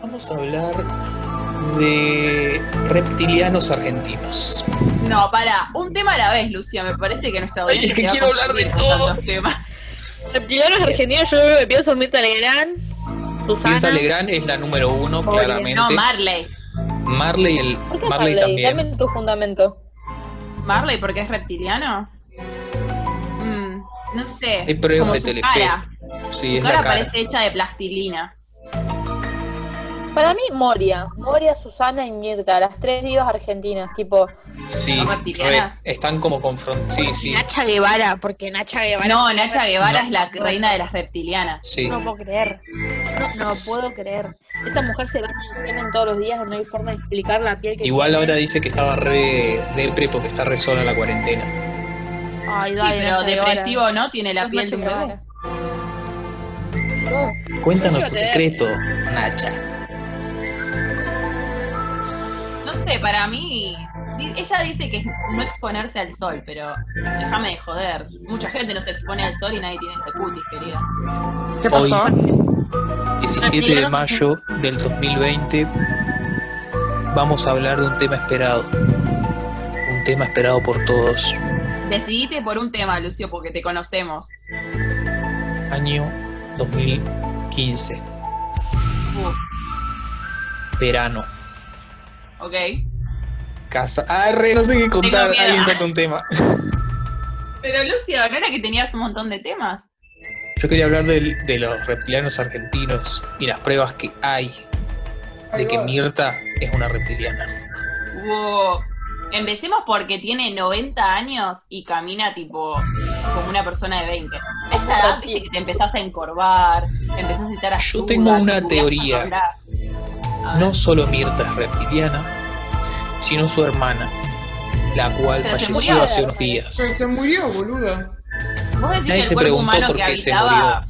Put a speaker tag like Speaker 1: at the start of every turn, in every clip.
Speaker 1: Vamos a hablar de reptilianos argentinos.
Speaker 2: No, para, un tema a la vez, Lucía. Me parece que nuestra
Speaker 1: Ay,
Speaker 2: audiencia
Speaker 1: es que
Speaker 2: se va
Speaker 1: quiero hablar de
Speaker 2: confundiendo con
Speaker 1: todo.
Speaker 2: tantos temas.
Speaker 3: Reptilianos argentinos, yo creo que pienso en Mirta Legrand, Susana.
Speaker 1: Mirta Legrand es la número uno,
Speaker 3: Oye,
Speaker 1: claramente.
Speaker 2: No, Marley.
Speaker 1: Marley, el,
Speaker 4: ¿Por qué
Speaker 1: Marley
Speaker 4: Marley?
Speaker 1: también.
Speaker 4: Dame tu fundamento.
Speaker 2: Marley, porque es reptiliano. Mm, no sé.
Speaker 1: Hay pruebas
Speaker 2: Como
Speaker 1: de
Speaker 2: su
Speaker 1: Telefe.
Speaker 2: cara.
Speaker 1: Sí,
Speaker 2: Su
Speaker 1: es
Speaker 2: cara
Speaker 1: la cara.
Speaker 2: parece hecha de plastilina.
Speaker 4: Para mí, Moria. Moria, Susana y Mirta, las tres divas argentinas. Tipo,
Speaker 1: Sí,
Speaker 2: ¿Son reptilianas?
Speaker 1: re, están como confrontadas. Sí, sí,
Speaker 3: Nacha Guevara, porque Nacha Guevara.
Speaker 2: No, Nacha Guevara
Speaker 1: No.
Speaker 2: es la reina de las reptilianas.
Speaker 1: sí.
Speaker 4: no puedo creer. No, no puedo creer. Esa mujer se baña en semen todos los días, no hay forma de explicar la piel que
Speaker 1: Igual ahora dice que estaba re depre porque está re sola en la cuarentena.
Speaker 4: tiene. Ay,
Speaker 2: Sí,
Speaker 4: dale,
Speaker 2: pero
Speaker 4: Nacha Guevara.
Speaker 2: depresivo, ¿no? Tiene la
Speaker 4: Sos
Speaker 2: piel de
Speaker 4: Nacha
Speaker 2: un bebé.
Speaker 4: Guevara.
Speaker 1: Cuéntanos tu
Speaker 3: Yo te-
Speaker 1: secreto, Nacha.
Speaker 2: No sé, para mí. di- Ella dice que es no exponerse al sol, pero déjame de joder. Mucha gente no se expone al sol y nadie tiene ese cutis, querida.
Speaker 3: ¿Qué
Speaker 1: Hoy,
Speaker 3: pasó?
Speaker 1: 17 de
Speaker 3: Reptilianos.
Speaker 1: mayo del 2020, vamos a hablar de un tema esperado. Un tema esperado por todos.
Speaker 2: Decidite por un tema, Lucio, porque te conocemos.
Speaker 1: Año 2015,
Speaker 2: Uf,
Speaker 1: verano.
Speaker 2: ok.
Speaker 1: Casa. Arre, no sé qué contar.
Speaker 2: miedo.
Speaker 1: Alguien saca un tema.
Speaker 2: Pero Lucio, ¿no era que tenías un montón de temas?
Speaker 1: Yo quería hablar del- de, los reptilianos argentinos y las pruebas que hay de que Mirta es una reptiliana.
Speaker 2: Wow. Empecemos porque tiene 90 años y camina tipo como una persona de 20. A esta edad viste que te empezás a encorvar, te empezás a citar a
Speaker 1: Yo tengo una teoría.
Speaker 2: Ah.
Speaker 1: No solo Mirta es reptiliana, sino su hermana, la cual
Speaker 2: Pero se
Speaker 1: falleció
Speaker 2: murió.
Speaker 1: hace unos días.
Speaker 5: Pero se murió, boludo.
Speaker 2: Vos
Speaker 1: Nadie
Speaker 2: decís que el
Speaker 1: se
Speaker 2: cuerpo
Speaker 1: preguntó
Speaker 2: humano
Speaker 1: por
Speaker 2: que
Speaker 1: qué se
Speaker 2: habitaba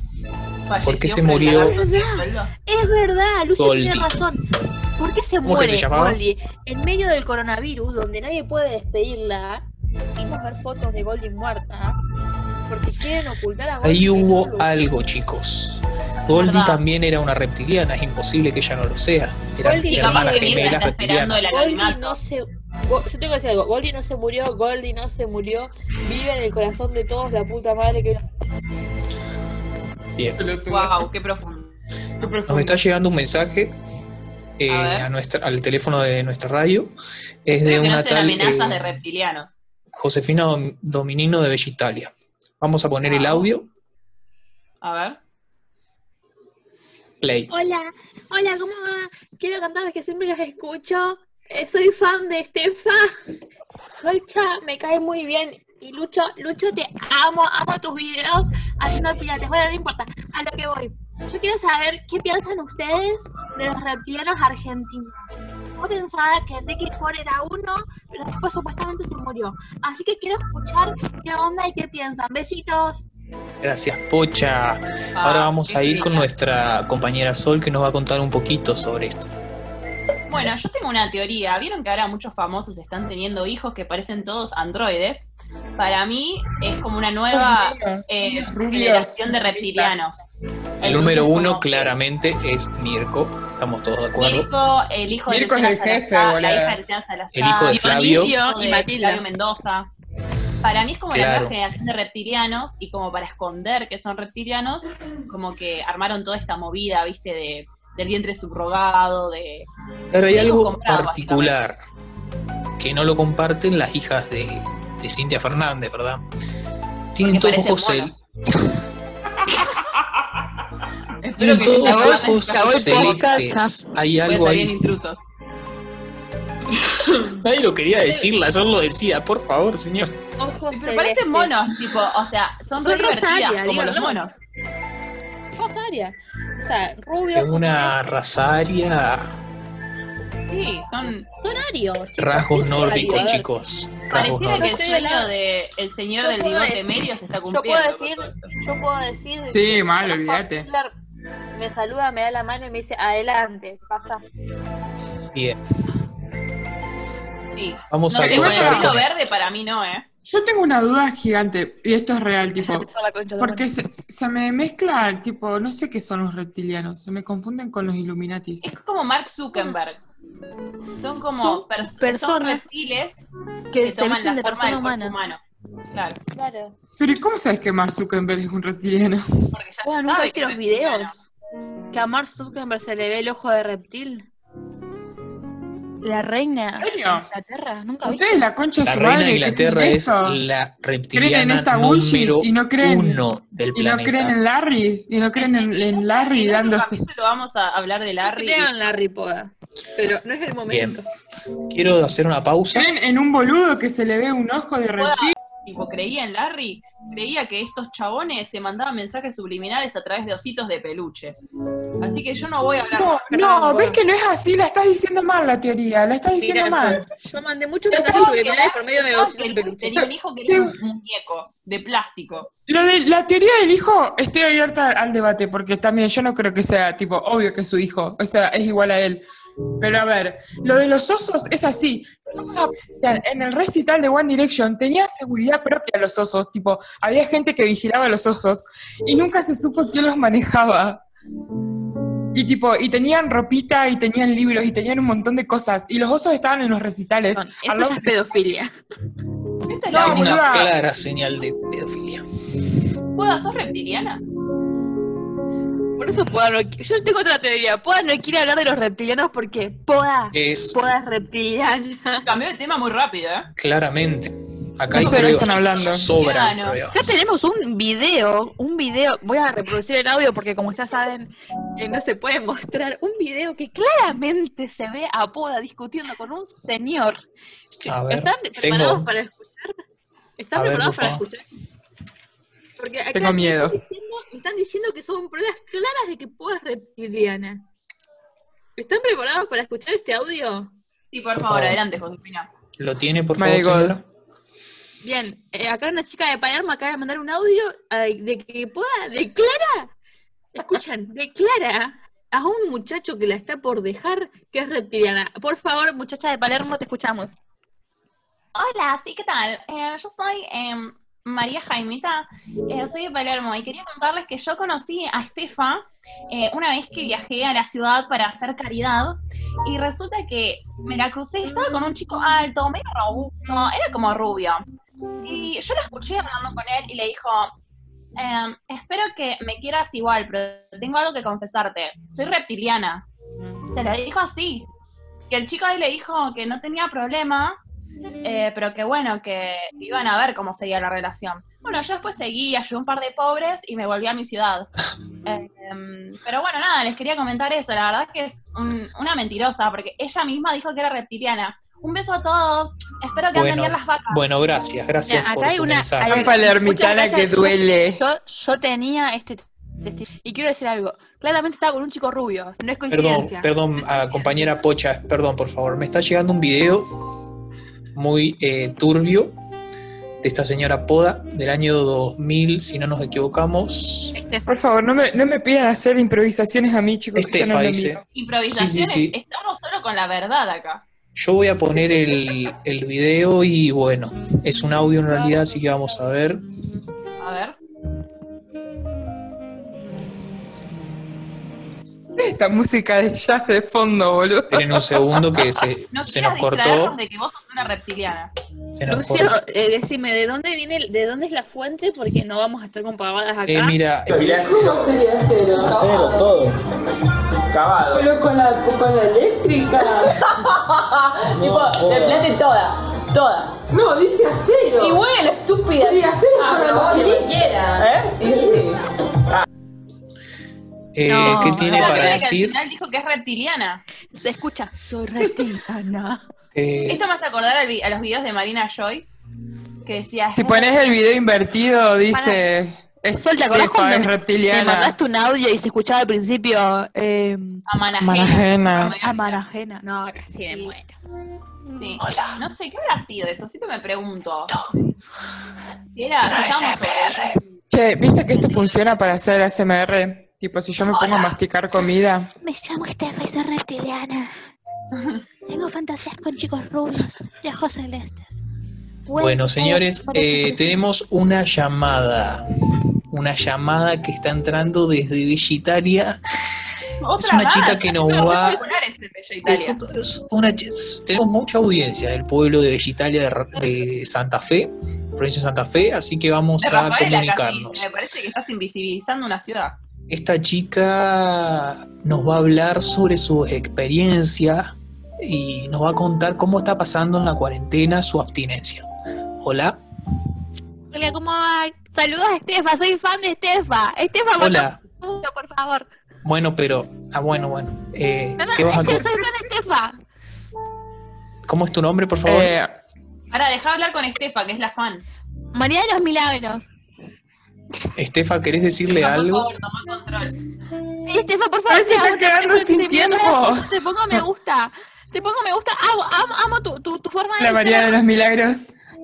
Speaker 2: falleció
Speaker 1: ¿Por qué se
Speaker 2: frente a
Speaker 1: murió?
Speaker 2: la Venezuela.
Speaker 3: Es verdad, Lucio
Speaker 1: Goldi.
Speaker 3: tiene razón. ¿Por qué se
Speaker 1: ¿Cómo que
Speaker 3: muere
Speaker 1: se llamaba?
Speaker 3: Goldi? En medio del coronavirus, donde nadie puede despedirla.
Speaker 4: Podemos ver fotos de Goldie muerta. Porque quieren ocultar a Goldie.
Speaker 1: Ahí hubo
Speaker 4: Pero-
Speaker 1: algo, chicos. Goldie
Speaker 2: Verdad.
Speaker 1: también era una reptiliana, es imposible que ella no lo sea. Eran
Speaker 4: Goldie
Speaker 1: hermanas
Speaker 4: sigue viva,
Speaker 1: gemelas
Speaker 2: está esperando
Speaker 1: reptilianas.
Speaker 2: el
Speaker 4: Goldie
Speaker 2: anonimato.
Speaker 4: no se. Go- Yo tengo que decir algo. Goldie no se murió, Goldie no se murió. Vive en el corazón de todos la puta madre que.
Speaker 1: Bien.
Speaker 2: Guau, qué profundo.
Speaker 1: Nos está llegando un mensaje eh,
Speaker 2: A ver.
Speaker 1: a nuestra- al teléfono de nuestra radio. Es de
Speaker 2: Creo que no
Speaker 1: una
Speaker 2: sean
Speaker 1: tal
Speaker 2: amenazas
Speaker 1: eh,
Speaker 2: de reptilianos.
Speaker 1: Josefina Dom- Dominino de Bellitalia. Vamos a poner
Speaker 2: Ah.
Speaker 1: el audio.
Speaker 2: A ver.
Speaker 1: Play.
Speaker 3: Hola, hola, ¿cómo va? Quiero cantar que siempre los escucho. Eh, soy fan de Estefa.
Speaker 4: Solcha me cae muy bien. Y Lucho, Lucho, te amo, amo tus videos haciendo pilates. Bueno, no importa, a lo que voy. Yo quiero saber qué piensan ustedes de los reptilianos argentinos. Yo pensaba que Ricky Ford era uno, pero después supuestamente se murió. Así que quiero escuchar qué onda y qué piensan. Besitos.
Speaker 1: Gracias, Pocha.
Speaker 2: Ah,
Speaker 1: Ahora vamos
Speaker 2: qué
Speaker 1: a ir con
Speaker 2: genial.
Speaker 1: nuestra compañera Sol que nos va a contar un poquito sobre esto.
Speaker 2: Bueno, yo tengo una teoría. Vieron que ahora muchos famosos están teniendo hijos que parecen todos androides. Para mí es como una nueva eh,
Speaker 5: Rubios.
Speaker 2: generación de reptilianos.
Speaker 1: El número uno claramente es Mirko. Estamos todos de acuerdo.
Speaker 2: Mirko, el hijo de
Speaker 5: Mirko es
Speaker 2: Luciana
Speaker 5: el jefe,
Speaker 2: Salazar, la
Speaker 5: boludo.
Speaker 2: hija de Luciana Salazar,
Speaker 1: El hijo de Flavio.
Speaker 2: hijo de
Speaker 3: y Matilda.
Speaker 2: Flavio Mendoza. Para mí es como la
Speaker 1: Claro.
Speaker 2: nueva generación de reptilianos y como para esconder que son reptilianos, como que armaron toda esta movida, viste, de, del vientre subrogado, de...
Speaker 1: Pero hay
Speaker 2: Mirko
Speaker 1: algo
Speaker 2: comprado,
Speaker 1: particular que no lo comparten las hijas de, de Cintia Fernández, ¿verdad? Tienen
Speaker 2: Porque
Speaker 1: todos ojos,
Speaker 2: parecen
Speaker 1: cel-
Speaker 2: Espero
Speaker 1: tienen
Speaker 2: que
Speaker 1: todos
Speaker 2: la voz-
Speaker 1: ojos
Speaker 2: la voz-
Speaker 1: celestes. Hay
Speaker 2: voy a
Speaker 1: algo
Speaker 2: salir en
Speaker 1: ahí.
Speaker 2: intrusos.
Speaker 1: Nadie lo quería decirla, yo lo decía, por favor, señor.
Speaker 4: Ojos
Speaker 2: Pero parecen monos, tipo, o sea, son
Speaker 3: Son
Speaker 2: re divertidas,
Speaker 3: Rosalia,
Speaker 2: como los
Speaker 3: díganlo.
Speaker 2: monos.
Speaker 4: Rosaria. O sea, rubio.
Speaker 1: Es una razaria,
Speaker 2: Sí, son...
Speaker 1: rasgos nórdicos,
Speaker 4: Variedad.
Speaker 1: chicos. Rasgos
Speaker 2: Pareciera que
Speaker 1: nórdicos.
Speaker 2: el
Speaker 4: Yo
Speaker 2: sueño
Speaker 4: puedo
Speaker 2: de el señor
Speaker 4: yo
Speaker 2: del
Speaker 4: puedo
Speaker 2: bigote
Speaker 4: decir-
Speaker 2: medio se está
Speaker 4: yo puedo
Speaker 2: cumpliendo. con
Speaker 4: decir-
Speaker 2: todo esto.
Speaker 4: Yo puedo decir.
Speaker 5: Sí, mal,
Speaker 4: Rafa
Speaker 5: olvídate.
Speaker 4: Hitler Me saluda, me da la mano y me dice, adelante, pasa.
Speaker 1: Bien,
Speaker 2: Sí.
Speaker 1: vamos
Speaker 2: No
Speaker 1: a
Speaker 2: sé, bueno,
Speaker 1: cortar
Speaker 2: el
Speaker 1: con
Speaker 2: verde para mí no, ¿eh?
Speaker 5: Yo tengo una duda gigante, y esto es real, tipo,
Speaker 6: empezó la concha de
Speaker 5: porque se, se me mezcla, tipo, no sé qué son los reptilianos, se me confunden con los Illuminatis.
Speaker 2: Es como Mark Zuckerberg. Son como
Speaker 3: Son
Speaker 2: pers- son
Speaker 3: personas
Speaker 2: reptiles
Speaker 6: madre.
Speaker 2: que,
Speaker 6: que se
Speaker 2: toman
Speaker 6: visten de
Speaker 2: la forma del
Speaker 6: persona
Speaker 2: cuerpo
Speaker 6: humana.
Speaker 2: humano. Claro,
Speaker 4: Claro.
Speaker 5: Pero ¿y cómo sabes que Mark Zuckerberg es un reptiliano?
Speaker 2: porque ya
Speaker 6: Bueno,
Speaker 2: se
Speaker 6: nunca
Speaker 2: sabe
Speaker 6: viste
Speaker 2: que
Speaker 6: los
Speaker 2: es reptiliano.
Speaker 6: videos. Que a Mark Zuckerberg se le ve el ojo de reptil. La reina
Speaker 5: ¿En
Speaker 6: de
Speaker 5: serio?
Speaker 6: Inglaterra, nunca viste.
Speaker 5: Ustedes la concha de
Speaker 1: La
Speaker 5: su
Speaker 1: reina
Speaker 5: madre,
Speaker 1: de Inglaterra
Speaker 5: ¿creen
Speaker 1: es
Speaker 5: eso?
Speaker 1: la
Speaker 5: Creen en
Speaker 1: reptiliana
Speaker 5: esta bullshit
Speaker 1: número
Speaker 5: y no creen,
Speaker 1: uno del
Speaker 5: y no
Speaker 1: planeta.
Speaker 5: creen en Larry, y no creen en, en Larry
Speaker 2: En otro
Speaker 5: dándose.
Speaker 2: capítulo vamos a hablar de Larry.
Speaker 4: Creo en la ripoda. Pero no es el momento.
Speaker 1: Quiero hacer una pausa.
Speaker 5: Creen en un boludo que se le ve un ojo de reptil.
Speaker 2: Tipo, creía en Larry, creía que estos chabones se mandaban mensajes subliminales a través de ositos de peluche. Así que yo no voy a hablar
Speaker 5: No,
Speaker 4: Perdón,
Speaker 5: no, ves
Speaker 4: bueno.
Speaker 5: que no es así, la estás diciendo mal la teoría, la estás diciendo
Speaker 4: Mira,
Speaker 5: mal.
Speaker 4: yo, yo mandé muchos
Speaker 5: Pero
Speaker 4: mensajes
Speaker 5: vos,
Speaker 4: subliminales por medio de
Speaker 2: Pensaba que
Speaker 4: ositos de
Speaker 2: el
Speaker 4: peluche.
Speaker 2: tenía un hijo que era un muñeco de plástico.
Speaker 5: Lo de la teoría del hijo, estoy abierta al debate, porque también yo no creo que sea tipo obvio que es su hijo, o sea, es igual a él. Pero a ver, lo de los osos es así. Los osos aparecían en el recital de One Direction tenían seguridad propia los osos, tipo, había gente que vigilaba a los osos y nunca se supo quién los manejaba. Y tipo, y tenían ropita y tenían libros y tenían un montón de cosas. Y los osos estaban en los recitales.
Speaker 6: Eso
Speaker 5: al lado
Speaker 6: ya es pedofilia.
Speaker 2: Esta es
Speaker 5: No,
Speaker 2: la
Speaker 1: Es una
Speaker 5: boluda.
Speaker 1: clara señal de pedofilia.
Speaker 2: ¿Puedo sos reptiliana?
Speaker 6: Por eso Poda no... Yo tengo otra teoría. Poda no quiere hablar de los reptilianos porque Poda,
Speaker 1: Es
Speaker 6: Poda es reptiliana.
Speaker 5: Ah.
Speaker 2: Cambió de tema muy rápido, ¿eh?
Speaker 1: claramente. Acá hay
Speaker 5: No sé de qué
Speaker 1: pruebas.
Speaker 5: están
Speaker 1: chicos,
Speaker 5: hablando.
Speaker 1: Sobran
Speaker 2: Claro.
Speaker 1: pruebas.
Speaker 6: Acá tenemos un video, un video, voy a reproducir el audio porque como ya saben, eh, no se puede mostrar, un video que claramente se ve a Poda discutiendo con un señor.
Speaker 1: A ver,
Speaker 6: ¿Están
Speaker 1: tengo-
Speaker 6: preparados para escuchar? ¿Están
Speaker 1: A ver,
Speaker 6: preparados
Speaker 1: por
Speaker 6: para
Speaker 1: favor.
Speaker 6: escuchar?
Speaker 4: Porque acá
Speaker 5: Tengo
Speaker 4: me
Speaker 5: miedo.
Speaker 4: Están diciendo, me están diciendo que son pruebas claras de que puedas reptiliana. ¿Están preparados para escuchar este audio?
Speaker 2: Sí, por
Speaker 1: Por
Speaker 2: favor,
Speaker 1: favor.
Speaker 2: adelante, Josefina.
Speaker 1: ¿Lo tiene, por
Speaker 5: My
Speaker 1: favor,
Speaker 5: God.
Speaker 1: señora?
Speaker 4: Bien, eh, acá una chica de Palermo acaba de mandar un audio ay, de que pueda, declara, escuchan, declara a un muchacho que la está por dejar que es reptiliana. Por favor, muchacha de Palermo, te escuchamos.
Speaker 2: Hola, sí, ¿qué tal? Eh, yo soy em, María Jaimita, eh, soy de Palermo y quería contarles que yo conocí a Estefa eh, una vez que viajé a la ciudad para hacer caridad y resulta que me la crucé, estaba con un chico alto, medio robusto, era como rubio. Y yo la escuché hablando con él y le dijo, em, espero que me quieras igual, pero tengo algo que confesarte, soy reptiliana. Se lo dijo así. Y el chico ahí le dijo que no tenía problema eh, pero que bueno, que iban a ver cómo seguía la relación. Bueno, yo después seguí, ayudé a un par de pobres y me volví a mi ciudad. Eh, em, pero bueno, nada, les quería comentar eso. La verdad es que es un- una mentirosa, porque ella misma dijo que era reptiliana. Un beso a todos, espero que anden
Speaker 1: Bueno,
Speaker 2: bien las vacas.
Speaker 1: Bueno, gracias, gracias
Speaker 6: Mira,
Speaker 1: por
Speaker 6: acá hay
Speaker 1: tu
Speaker 6: una-
Speaker 1: mensaje.
Speaker 6: hay-
Speaker 5: Tan palermitana
Speaker 6: Muchas gracias.
Speaker 5: que duele.
Speaker 6: Yo, yo tenía este testigo. Y quiero decir algo. Claramente estaba con un chico rubio. No es
Speaker 1: Perdón,
Speaker 6: coincidencia.
Speaker 1: perdón, a compañera Pocha, perdón, por favor. Me está llegando un video muy eh, turbio de esta señora Poda del año 2000, si no nos equivocamos.
Speaker 4: Este,
Speaker 5: Por favor, no me, no me pidan hacer improvisaciones a mí, chicos.
Speaker 6: Este
Speaker 5: que esto no
Speaker 1: Estefa
Speaker 5: es lo
Speaker 1: dice.
Speaker 5: mío.
Speaker 2: Improvisaciones,
Speaker 1: Sí, sí, sí.
Speaker 2: estamos solo con la verdad acá.
Speaker 1: Yo voy a poner el, el video y bueno, es un audio en realidad, así que vamos a ver.
Speaker 2: A ver.
Speaker 5: Esta música de jazz de fondo, boludo.
Speaker 1: Esperen un segundo que se,
Speaker 2: No
Speaker 1: se
Speaker 2: quieras
Speaker 1: nos cortó.
Speaker 2: distraernos de que vos sos una reptiliana.
Speaker 1: se nos
Speaker 4: Lucio,
Speaker 1: cortó.
Speaker 4: eh, decime, ¿de dónde viene, el- de dónde es la fuente? Porque no vamos a estar con pavadas acá.
Speaker 1: Eh, mira,
Speaker 7: ¿Cómo sería cero?
Speaker 8: Cero, todo. Cavado.
Speaker 7: Pero con la, con la eléctrica.
Speaker 8: Tipo,
Speaker 9: Template toda, toda.
Speaker 7: No, dice a cero.
Speaker 9: Y bueno, estúpida.
Speaker 7: Sería cero
Speaker 9: Ah,
Speaker 7: con
Speaker 9: pero
Speaker 7: la
Speaker 9: vos
Speaker 7: batería.
Speaker 9: ¿Eh?
Speaker 1: eh,
Speaker 6: No,
Speaker 1: ¿qué tiene
Speaker 2: Pero
Speaker 1: para
Speaker 2: creo que Al
Speaker 1: decir?
Speaker 2: final dijo que es reptiliana.
Speaker 6: Se escucha. Soy reptiliana.
Speaker 1: Eh,
Speaker 2: Esto me hace acordar al vi- a los videos de Marina Joyce, que decía...
Speaker 5: Si pones el video invertido, dice.
Speaker 6: Suelta, ¿acordás
Speaker 5: Estefa
Speaker 6: cuando
Speaker 5: es
Speaker 6: Me
Speaker 5: reptiliana.
Speaker 6: mandaste un audio y se escuchaba al principio. Eh,
Speaker 2: A Manajena.
Speaker 5: Manajena.
Speaker 6: a Marajena. No, casi me
Speaker 2: Sí.
Speaker 6: muero.
Speaker 2: Sí. No sé, ¿qué habrá sido eso? Siempre me pregunto. Si Era, si estábamos sobre-
Speaker 5: Che, ¿viste que esto funciona para hacer ASMR? Tipo, si yo me pongo a masticar comida.
Speaker 10: Me llamo Estefa y soy reptiliana. Tengo fantasías con chicos rubios de ojos celestes.
Speaker 1: Bueno, señores, eh, tenemos una llamada. Una llamada que está entrando desde Villa Italia. Es una chica que nos va. Es, es una, es- tenemos mucha audiencia del pueblo de Villa Italia de, de Santa Fe, provincia de Santa Fe, así que vamos a comunicarnos.
Speaker 2: Me parece que estás invisibilizando una ciudad.
Speaker 1: Esta chica nos va a hablar sobre su experiencia y nos va a contar cómo está pasando en la cuarentena su abstinencia. Hola,
Speaker 4: Hola, ¿cómo va? Saludos a Estefa, soy fan de Estefa. Estefa,
Speaker 1: hola.
Speaker 4: mandame un por favor.
Speaker 1: Bueno, pero. Ah, bueno, bueno. Eh,
Speaker 4: No, no,
Speaker 1: ¿qué vas a
Speaker 4: yo soy
Speaker 1: co-
Speaker 4: fan de Estefa.
Speaker 1: ¿Cómo es tu nombre, por favor?
Speaker 5: Eh,
Speaker 2: Ahora, deja hablar con Estefa, que es la fan.
Speaker 4: María de los Milagros.
Speaker 1: Estefa, ¿querés decirle
Speaker 2: Estefa, por
Speaker 1: algo?
Speaker 2: favor, toma control.
Speaker 4: Sí, Estefa, por favor.
Speaker 5: Ay, se
Speaker 4: te
Speaker 5: está
Speaker 4: amo, te
Speaker 5: quedando
Speaker 4: amo, te
Speaker 5: sin
Speaker 4: amo,
Speaker 5: tiempo.
Speaker 4: Te pongo me gusta. Te pongo me gusta. Amo, amo, amo tu, tu, tu forma
Speaker 5: la
Speaker 4: de
Speaker 5: María
Speaker 4: ser.
Speaker 5: de los Milagros.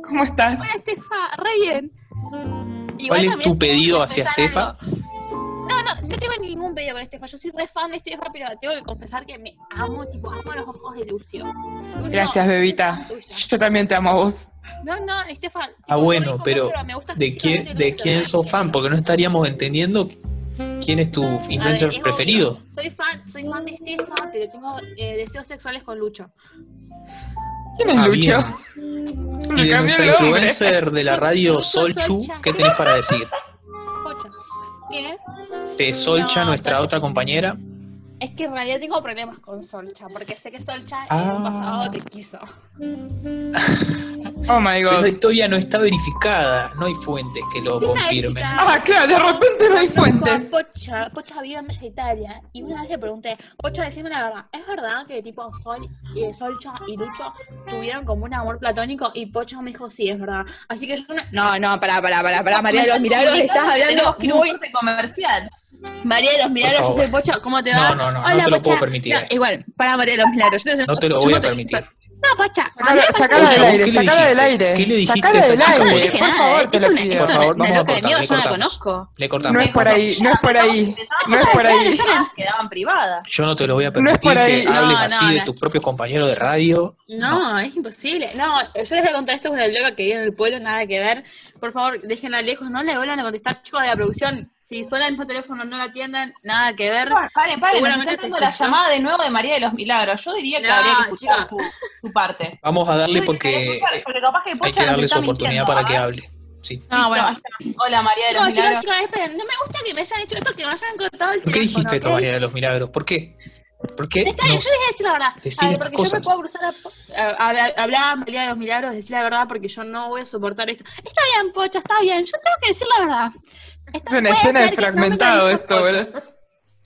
Speaker 5: ¿Cómo estás?
Speaker 4: Hola, Estefa, re bien.
Speaker 1: ¿Cuál
Speaker 4: Igual
Speaker 1: es
Speaker 4: también
Speaker 1: tu pedido
Speaker 4: tengo que
Speaker 1: hacia
Speaker 4: confesar
Speaker 1: Estefa?
Speaker 4: algo. No, no, no tengo ningún pedido con Estefa. Yo soy re fan de Estefa, pero tengo que confesar que me amo, tipo, amo los ojos de Lucio. Lucio,
Speaker 5: Gracias, bebita. Yo también te amo a vos.
Speaker 4: No, no, Estefa. tipo,
Speaker 1: Ah, bueno,
Speaker 4: soy como
Speaker 1: pero
Speaker 4: Lucio, me gusta
Speaker 1: ¿De
Speaker 4: físicamente
Speaker 1: quién, de
Speaker 4: Lucio.
Speaker 1: quién sos fan? Porque no estaríamos entendiendo quién es tu
Speaker 4: A ver,
Speaker 1: influencer
Speaker 4: es obvio.
Speaker 1: preferido.
Speaker 4: Soy fan, soy fan de Estefa, pero tengo eh, deseos sexuales con Lucho.
Speaker 5: ¿Quién es
Speaker 1: Ah,
Speaker 5: Lucho?
Speaker 1: Y
Speaker 5: Le
Speaker 1: de
Speaker 5: cambió
Speaker 1: nuestra
Speaker 5: el nombre.
Speaker 1: influencer de la radio
Speaker 4: Lucho
Speaker 1: Solchu,
Speaker 4: Solcha.
Speaker 1: ¿qué tenés para decir?
Speaker 4: Ocho. ¿Qué?
Speaker 1: De Solcha,
Speaker 4: No,
Speaker 1: nuestra
Speaker 4: Solcha.
Speaker 1: otra compañera.
Speaker 4: Es que en realidad tengo problemas con Solcha, porque sé que Solcha en
Speaker 1: Ah.
Speaker 4: un pasado te quiso.
Speaker 5: Oh my
Speaker 1: Pero esa
Speaker 5: god.
Speaker 1: historia no está verificada, no hay fuentes que lo
Speaker 4: Sí está
Speaker 1: confirmen.
Speaker 4: ética.
Speaker 5: Ah, claro, de repente no hay fuentes.
Speaker 4: Pocha, Pocha vive en Bella Italia y una vez le pregunté, Pocha, decime la verdad, ¿es verdad que tipo Sol, eh, Solcha y Lucho tuvieron como un amor platónico? Y Pocha me dijo, sí, es verdad. Así que yo no... No, no, pará, pará, pará, pará, María de los Milagros, estás hablando
Speaker 2: Tenemos que ir a un
Speaker 4: muy...
Speaker 2: corte comercial.
Speaker 4: María de los Milagros, yo
Speaker 1: favor.
Speaker 4: soy Pocha, ¿cómo te va?
Speaker 1: No, no, no, no te lo puedo permitir.
Speaker 4: No,
Speaker 1: esto.
Speaker 4: igual, para María de los Milagros, yo
Speaker 1: No te lo
Speaker 4: yo
Speaker 1: voy a
Speaker 4: te-
Speaker 1: permitir.
Speaker 4: No, Pocha, a mí me
Speaker 5: Sacala,
Speaker 4: pasó-
Speaker 5: sacala
Speaker 1: Pocha,
Speaker 5: del
Speaker 1: ¿vos
Speaker 5: aire,
Speaker 1: qué le
Speaker 5: sacala del
Speaker 1: dijiste?
Speaker 5: aire.
Speaker 1: ¿Qué le dijiste a
Speaker 5: Sacala
Speaker 1: esta
Speaker 5: del
Speaker 1: chica,
Speaker 4: Yo
Speaker 1: Ay,
Speaker 4: no
Speaker 5: aire,
Speaker 4: dije
Speaker 5: por
Speaker 4: nada,
Speaker 5: favor, te
Speaker 4: esto
Speaker 5: lo
Speaker 4: es una-
Speaker 5: pido.
Speaker 4: esto
Speaker 1: Por
Speaker 4: es
Speaker 1: favor,
Speaker 4: una
Speaker 1: vamos a
Speaker 4: loca de mierda,
Speaker 1: cortar, le
Speaker 4: yo no la
Speaker 1: cortamos.
Speaker 4: conozco.
Speaker 1: Le
Speaker 5: No
Speaker 1: cortamos.
Speaker 5: es por ahí, no es por ahí. No es por ahí.
Speaker 2: Esas quedaban privadas.
Speaker 1: Yo no te lo voy a
Speaker 5: No es
Speaker 1: permitir
Speaker 5: por ahí.
Speaker 1: que hables
Speaker 4: No,
Speaker 1: así
Speaker 4: no,
Speaker 1: de
Speaker 4: no.
Speaker 1: tus propios compañeros de radio.
Speaker 4: No, es imposible. No, yo les voy a contar esto es una loca que vive en el pueblo, nada que ver. Por favor, déjenla lejos, no le vuelvan a contestar, chicos de la producción. Si suena el mismo teléfono, no la atiendan, nada que ver.
Speaker 2: Bueno, paren, paren, nos está
Speaker 4: Seguramente se
Speaker 2: entrando la
Speaker 4: escuchó.
Speaker 2: llamada de nuevo de María de los Milagros. Yo diría que
Speaker 4: No,
Speaker 2: habría que escuchar
Speaker 4: chica.
Speaker 2: su, su parte.
Speaker 1: Vamos a darle
Speaker 2: Yo diría que
Speaker 1: porque
Speaker 2: escuchar, porque capaz que
Speaker 1: hay
Speaker 2: Pocha
Speaker 1: que
Speaker 2: nos
Speaker 1: darle
Speaker 2: está
Speaker 1: su oportunidad
Speaker 2: mintiendo,
Speaker 1: para que
Speaker 4: ¿eh?
Speaker 2: ¿verdad?
Speaker 1: hable. Sí.
Speaker 4: No, bueno.
Speaker 2: Listo, Hola María de los
Speaker 4: No, chicos,
Speaker 2: Milagros.
Speaker 4: chicos, esperen, no me gusta que me hayan hecho esto, que me hayan cortado el
Speaker 1: ¿Por qué
Speaker 4: teléfono.
Speaker 1: dijiste esto,
Speaker 4: ¿ok?
Speaker 1: María de los Milagros? ¿Por qué? ¿Por qué
Speaker 4: Está bien,
Speaker 1: nos-
Speaker 4: yo les voy a decir la verdad.
Speaker 1: decís
Speaker 4: A ver,
Speaker 1: estas
Speaker 4: porque yo me
Speaker 1: cosas?
Speaker 4: puedo cruzar a, po- a- a- hablar a María de los Milagros, decir la verdad, porque yo no voy a soportar esto. Está bien, Pocha, está bien, yo tengo que decir la verdad. Esto
Speaker 5: Es una
Speaker 4: puede
Speaker 5: escena de
Speaker 4: ser que no me lo
Speaker 5: fragmentado
Speaker 4: dijo
Speaker 5: esto,
Speaker 4: Pocha.
Speaker 5: boludo.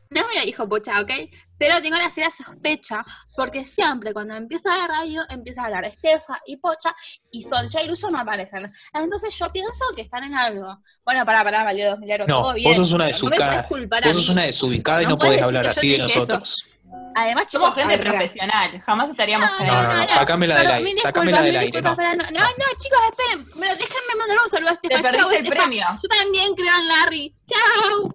Speaker 4: No me lo dijo Pocha, ¿ok? Pero tengo la cierta sospecha, porque siempre cuando empieza la radio, empieza a hablar Estefa y Pocha, y Solcha y Luzo no aparecen. Entonces yo pienso que están en algo. Bueno, pará, pará, valió dos milagros,
Speaker 1: No,
Speaker 4: todo bien.
Speaker 1: vos sos una
Speaker 4: pero No me
Speaker 1: desubicada.
Speaker 4: podés culpar a
Speaker 1: Vos sos
Speaker 4: mí.
Speaker 1: una desubicada y no,
Speaker 4: No
Speaker 1: podés
Speaker 4: podés
Speaker 1: hablar
Speaker 4: decir
Speaker 1: así
Speaker 4: que
Speaker 1: de
Speaker 4: yo te dije
Speaker 1: nosotros.
Speaker 4: Además, chicos,
Speaker 2: Somos gente
Speaker 4: pará.
Speaker 2: profesional, jamás estaríamos
Speaker 4: No,
Speaker 2: con
Speaker 1: No,
Speaker 2: ella.
Speaker 1: no, no,
Speaker 4: Pará,
Speaker 1: sacámela del
Speaker 4: Perdón,
Speaker 1: aire,
Speaker 4: mil
Speaker 1: sacámela
Speaker 4: disculpas,
Speaker 1: del
Speaker 4: mil
Speaker 1: aire, no.
Speaker 4: disculpas, pará, no, no, no, chicos, esperen, me lo- déjenme mandar un saludo a Estefa.
Speaker 2: Te
Speaker 4: chau,
Speaker 2: perdiste el
Speaker 4: Estefa.
Speaker 2: premio.
Speaker 4: Yo también creo en Larry. Chao.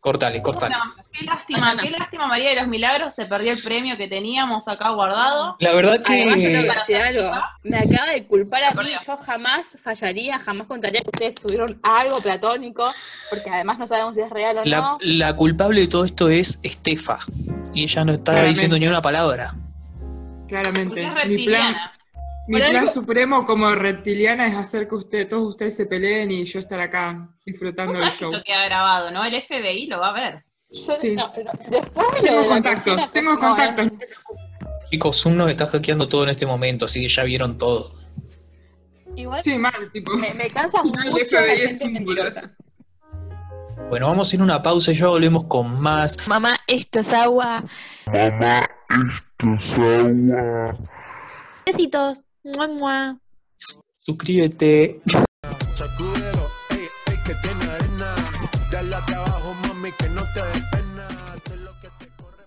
Speaker 1: Cortale, cortale.
Speaker 2: Bueno, qué lástima,
Speaker 4: Bueno, no.
Speaker 2: qué lástima María de los Milagros se perdió el premiio que teníamos acá guardado.
Speaker 1: La verdad
Speaker 4: Además, yo tengo
Speaker 1: que
Speaker 4: que decir algo. Me acaba de culpar a mí.
Speaker 2: Perdió.
Speaker 4: Yo jamás fallaría, jamás contaría que ustedes tuvieron algo platónico, porque además no sabemos si es real o
Speaker 1: la,
Speaker 4: no.
Speaker 1: la culpable de todo esto es Estefa. Y ella no está
Speaker 5: Claramente.
Speaker 1: diciendo ni una palabra.
Speaker 2: Porque
Speaker 5: Claramente.
Speaker 2: es
Speaker 5: Mi plan,
Speaker 2: reptiliana.
Speaker 5: mi
Speaker 4: Por
Speaker 5: plan
Speaker 4: algo-
Speaker 5: supremo como reptiliana es hacer que usted, todos ustedes se peleen y yo estar acá
Speaker 2: Vos
Speaker 5: disfrutando del
Speaker 2: sabés
Speaker 5: show.
Speaker 2: esto que ha grabado, ¿no? El FBI lo va a ver.
Speaker 4: Yo,
Speaker 5: Sí.
Speaker 4: no, no, después de lo
Speaker 5: Tengo
Speaker 4: de la
Speaker 5: contactos,
Speaker 4: cocina-
Speaker 5: tengo
Speaker 4: no, eh.
Speaker 5: contactos.
Speaker 4: no,
Speaker 1: Chicos, Zoom nos está hackeando todo en este momento, así que ya vieron todo.
Speaker 4: Igual
Speaker 5: Sí, mal, tipo.
Speaker 4: me, me cansa
Speaker 5: No, el
Speaker 4: mucho la
Speaker 5: FBI es
Speaker 4: gente
Speaker 5: un
Speaker 4: mentirosa.
Speaker 1: Bueno, vamos a ir a una pausa y ya volvemos con más.
Speaker 6: Mamá, esto es agua.
Speaker 10: Mamá, esto es agua.
Speaker 3: Besitos. Mua, mua.
Speaker 1: Suscríbete.
Speaker 11: Sacúdelo, ey, ey, que tiene arena. Dale trabajo, mami, que no te dé pena. Te